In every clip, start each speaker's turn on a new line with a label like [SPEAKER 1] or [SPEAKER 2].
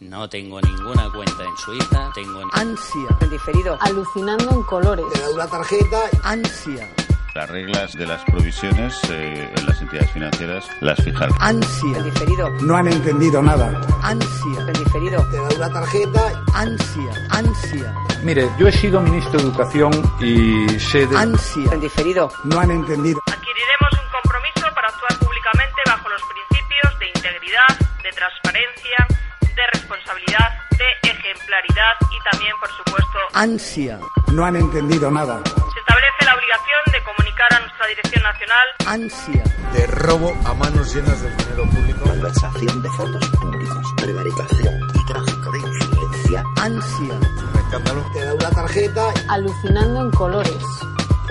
[SPEAKER 1] No tengo ninguna cuenta en Suiza, tengo
[SPEAKER 2] ansia, en diferido,
[SPEAKER 3] alucinando en colores,
[SPEAKER 4] te da una tarjeta,
[SPEAKER 2] ansia,
[SPEAKER 5] Las reglas de las provisiones eh, en las entidades financieras las fijan.
[SPEAKER 2] ansia, en diferido,
[SPEAKER 6] No han entendido nada.
[SPEAKER 2] ansia, en diferido,
[SPEAKER 4] te da una tarjeta,
[SPEAKER 2] ansia, ansia,
[SPEAKER 7] Mire, yo he sido ministro de Educación y sé de...
[SPEAKER 2] ansia, en diferido,
[SPEAKER 6] No han entendido.
[SPEAKER 8] Adquiriremos un compromiso para actuar públicamente bajo los principios de integridad, de transparencia, de responsabilidad, de ejemplaridad y también, por supuesto,
[SPEAKER 2] ansia,
[SPEAKER 6] No han entendido nada.
[SPEAKER 8] se establece la obligación de comunicar a nuestra Dirección Nacional
[SPEAKER 2] ansia,
[SPEAKER 9] de robo a manos llenas de dinero público.
[SPEAKER 4] malversación de fondos públicos, prevaricación y tráfico de influencia,
[SPEAKER 2] ansia,
[SPEAKER 9] Un escándalo.
[SPEAKER 4] te da una tarjeta,
[SPEAKER 3] alucinando en colores,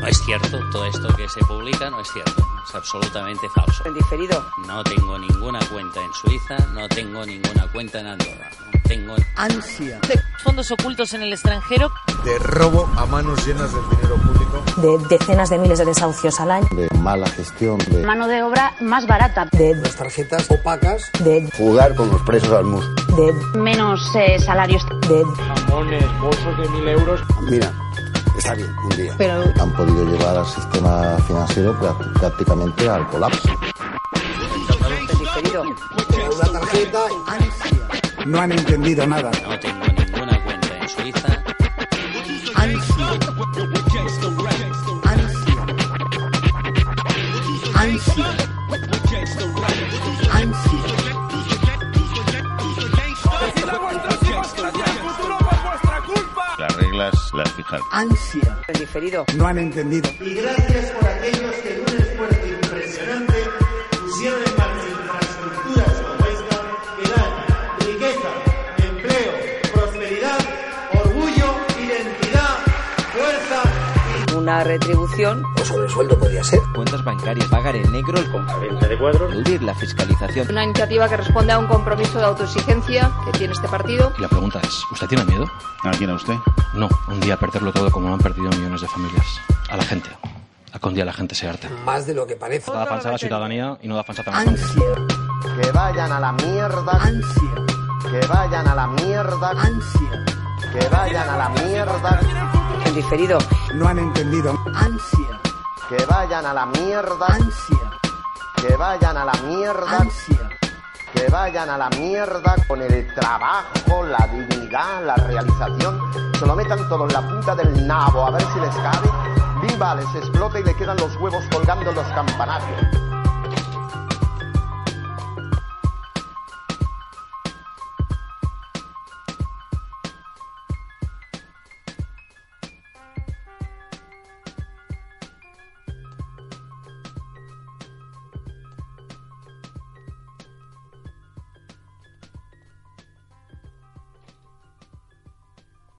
[SPEAKER 1] No es cierto, todo esto que se publica no es cierto, es absolutamente falso.
[SPEAKER 2] en diferido,
[SPEAKER 1] No tengo ninguna cuenta en Suiza, no tengo ninguna cuenta en Andorra, no tengo...
[SPEAKER 2] ansia,
[SPEAKER 10] de fondos ocultos en el extranjero.
[SPEAKER 9] de robo a manos llenas de dinero público.
[SPEAKER 3] de decenas de miles de desahucios al año,
[SPEAKER 4] de mala gestión, de
[SPEAKER 3] mano de obra más barata, de,
[SPEAKER 4] las tarjetas opacas,
[SPEAKER 3] de,
[SPEAKER 4] jugar con los presos al mus.
[SPEAKER 3] de menos eh, salarios, de
[SPEAKER 7] Jamones, bolsos de mil euros.
[SPEAKER 4] Mira, está bien, un día.
[SPEAKER 3] Pero-
[SPEAKER 4] Han podido llevar al sistema financiero prácticamente al colapso.
[SPEAKER 2] en diferido,
[SPEAKER 4] Te da una tarjeta,
[SPEAKER 2] ansia,
[SPEAKER 6] No han entendido nada.
[SPEAKER 1] No tengo ninguna cuenta en Suiza,
[SPEAKER 2] ansia, ansia, ansia, ansia,
[SPEAKER 5] Las reglas las fijan.
[SPEAKER 2] ansia, en diferido,
[SPEAKER 6] No han entendido.
[SPEAKER 2] una retribución,
[SPEAKER 4] o sobresueldo podía ser.
[SPEAKER 1] Cuentas bancarias, pagar en negro, el compra de cuadros, eludir la fiscalización.
[SPEAKER 8] Una iniciativa que responde a un compromiso de autoexigencia que tiene este partido.
[SPEAKER 7] Y la pregunta es, ¿usted tiene miedo?
[SPEAKER 5] ¿A quién a usted?
[SPEAKER 7] No, un día perderlo todo como lo han perdido millones de familias. A la gente. A que un día la gente se harte.
[SPEAKER 4] Más de lo que parece.
[SPEAKER 7] Da panza a la ciudadanía y no da panza a la gente.
[SPEAKER 2] ansia,
[SPEAKER 4] Que vayan a la mierda,
[SPEAKER 2] ansia,
[SPEAKER 4] que vayan a la mierda,
[SPEAKER 2] ansia,
[SPEAKER 4] que vayan a la mierda,
[SPEAKER 2] en diferido,
[SPEAKER 6] No han entendido.
[SPEAKER 2] ansia,
[SPEAKER 4] que vayan a la mierda,
[SPEAKER 2] ansia,
[SPEAKER 4] que vayan a la mierda,
[SPEAKER 2] ansia,
[SPEAKER 4] que vayan a la mierda con el trabajo, la dignidad, la realización. Se lo metan todo en la punta del nabo, a ver si les cabe. Viva, les explota y le quedan los huevos colgando en los campanarios.